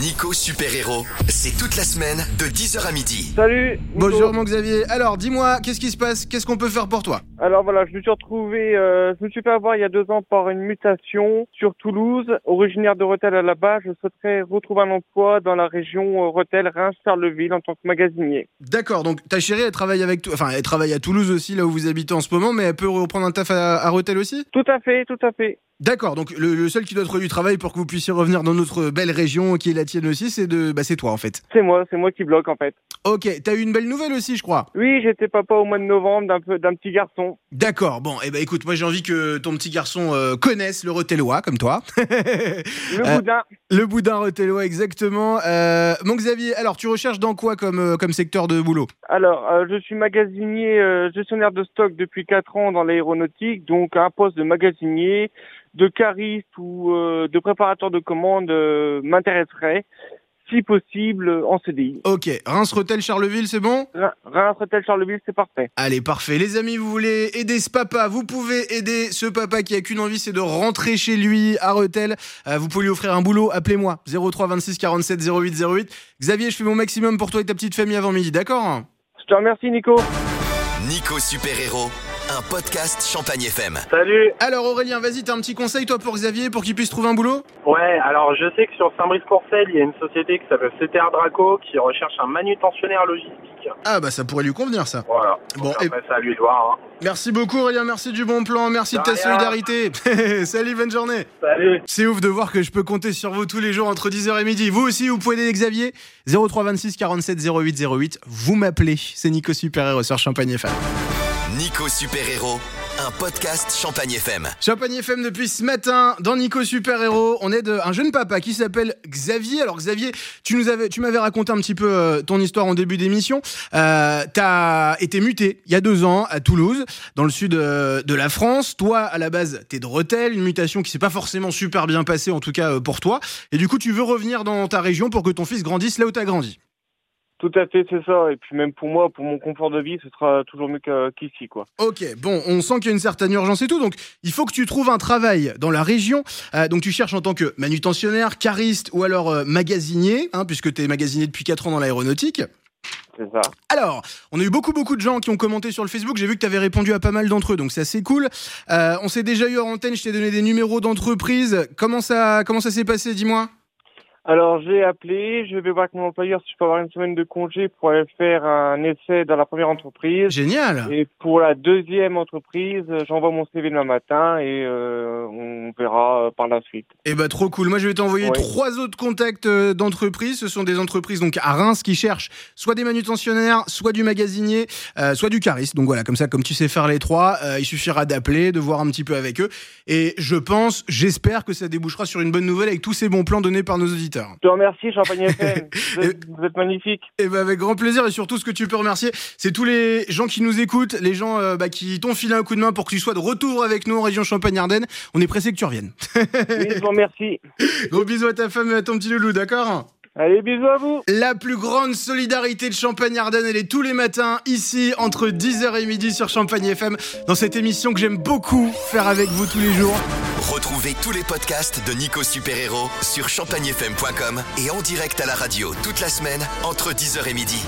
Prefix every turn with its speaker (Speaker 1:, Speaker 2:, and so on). Speaker 1: Nico Super Héros, c'est toute la semaine de 10h à midi.
Speaker 2: Salut Nico.
Speaker 3: Bonjour mon Xavier. Alors dis-moi, qu'est-ce qui se passe Qu'est-ce qu'on peut faire pour toi
Speaker 2: Alors voilà, je me suis retrouvé, euh, je me suis fait avoir il y a deux ans par une mutation sur Toulouse. Originaire de Rotel à la base, je souhaiterais retrouver un emploi dans la région euh, Rotel Reims-Charleville en tant que magasinier.
Speaker 3: D'accord, donc ta chérie elle travaille avec toi, enfin elle travaille à Toulouse aussi, là où vous habitez en ce moment, mais elle peut reprendre un taf à, à Rotel aussi
Speaker 2: Tout à fait, tout à fait.
Speaker 3: D'accord, donc le, le seul qui doit trouver du travail pour que vous puissiez revenir dans notre belle région qui est la tienne aussi, c'est de, bah, c'est toi en fait.
Speaker 2: C'est moi, c'est moi qui bloque en fait.
Speaker 3: Ok, t'as eu une belle nouvelle aussi je crois.
Speaker 2: Oui, j'étais papa au mois de novembre d'un peu- d'un petit garçon.
Speaker 3: D'accord, bon, eh ben écoute, moi j'ai envie que ton petit garçon euh, connaisse le Rotellois comme toi.
Speaker 2: Le
Speaker 3: Euh.
Speaker 2: boudin.
Speaker 3: le boudin Rotellois exactement. Euh, mon Xavier, alors tu recherches dans quoi comme, euh, comme secteur de boulot
Speaker 2: Alors, euh, je suis magasinier, euh, gestionnaire de stock depuis quatre ans dans l'aéronautique, donc un poste de magasinier, de cariste ou euh, de préparateur de commandes euh, m'intéresserait, si possible, euh, en CDI.
Speaker 3: Ok, Reims, Rotel, Charleville, c'est bon
Speaker 2: Re- Reims, Rethel, Charleville, c'est parfait.
Speaker 3: Allez, parfait. Les amis, vous voulez aider ce papa Vous pouvez aider ce papa qui a qu'une envie, c'est de rentrer chez lui à Rethel. Euh, vous pouvez lui offrir un boulot, appelez-moi. 03 26 47 08 08. Xavier, je fais mon maximum pour toi et ta petite famille avant midi, d'accord
Speaker 2: Je te remercie, Nico.
Speaker 1: Nico Super Héros, un podcast Champagne FM.
Speaker 4: Salut.
Speaker 3: Alors Aurélien, vas-y, t'as un petit conseil toi pour Xavier pour qu'il puisse trouver un boulot
Speaker 4: Ouais, alors je sais que sur Saint-Brice-Courcelles, il y a une société qui s'appelle CTR Draco qui recherche un manutentionnaire logistique.
Speaker 3: Ah bah ça pourrait lui convenir ça.
Speaker 4: Voilà.
Speaker 3: Bon,
Speaker 4: Donc
Speaker 3: et-
Speaker 4: après, c'est à lui de voir. hein.
Speaker 3: Merci beaucoup Aurélien, merci du bon plan, merci de ta
Speaker 4: De rien.
Speaker 3: solidarité. Salut, bonne journée.
Speaker 4: Salut.
Speaker 3: C'est ouf de voir que je peux compter sur vous tous les jours entre 10h et midi. Vous aussi, vous pouvez aider Xavier. 03 26 47 08 08. Vous m'appelez. C'est Nico Super Héros sur Champagne FM.
Speaker 1: Nico Super Héros, un podcast Champagne FM.
Speaker 3: Champagne FM depuis ce matin dans Nico Super Héros. On aide un jeune papa qui s'appelle Xavier. Alors Xavier, tu nous avais, tu m'avais raconté un petit peu euh, ton histoire en début d'émission. Euh, T'as été muté il y a deux ans à Toulouse, dans le sud euh, de la France. Toi, à la base, t'es de Rethel, une mutation qui s'est pas forcément super bien passée, en tout cas euh, pour toi. Et du coup, tu veux revenir dans ta région pour que ton fils grandisse là où t'as grandi.
Speaker 2: Tout à fait, c'est ça. Et puis même pour moi, pour mon confort de vie, ce sera toujours mieux qu'à- qu'ici, quoi.
Speaker 3: Ok, bon, on sent qu'il y a une certaine urgence et tout, donc il faut que tu trouves un travail dans la région. Euh, donc tu cherches en tant que manutentionnaire, cariste ou alors euh, magasinier, hein, puisque tu es magasinier depuis 4 ans dans l'aéronautique.
Speaker 2: C'est ça.
Speaker 3: Alors, on a eu beaucoup beaucoup de gens qui ont commenté sur le Facebook, j'ai vu que tu avais répondu à pas mal d'entre eux, donc c'est assez cool. Euh, on s'est déjà eu en antenne, je t'ai donné des numéros d'entreprise. Comment ça, comment ça s'est passé, dis-moi
Speaker 2: Alors j'ai appelé, je vais voir avec mon employeur si je peux avoir une semaine de congé pour aller faire un essai dans la première entreprise.
Speaker 3: Génial
Speaker 2: Et pour la deuxième entreprise, euh, j'envoie mon CV demain matin et euh, on verra euh, par la suite.
Speaker 3: Eh bah trop cool. Moi je vais t'envoyer
Speaker 2: Oui.
Speaker 3: trois autres contacts euh, d'entreprises. Ce sont des entreprises donc à Reims qui cherchent soit des manutentionnaires, soit du magasinier, euh, soit du cariste. Donc voilà, comme ça, comme tu sais faire les trois, euh, il suffira d'appeler, de voir un petit peu avec eux. Et je pense, j'espère que ça débouchera sur une bonne nouvelle avec tous ces bons plans donnés par nos auditeurs.
Speaker 2: Je te remercie, Champagne FM. Vous êtes, vous êtes magnifique.
Speaker 3: Et bah avec grand plaisir et surtout ce que tu peux remercier, c'est tous les gens qui nous écoutent, les gens euh, bah, qui t'ont filé un coup de main pour que tu sois de retour avec nous en région Champagne-Ardenne. On est pressé que tu reviennes.
Speaker 2: Oui, je vous remercie.
Speaker 3: Gros bisous à ta femme et à ton petit loulou, d'accord
Speaker 2: Allez, bisous à vous.
Speaker 3: La plus grande solidarité de Champagne-Ardenne, elle est tous les matins, ici, entre 10h et midi sur Champagne FM, dans cette émission que j'aime beaucoup faire avec vous tous les jours.
Speaker 1: Retrouvez tous les podcasts de Nico Super Héros sur champagnefm.com et en direct à la radio toute la semaine entre 10h et midi.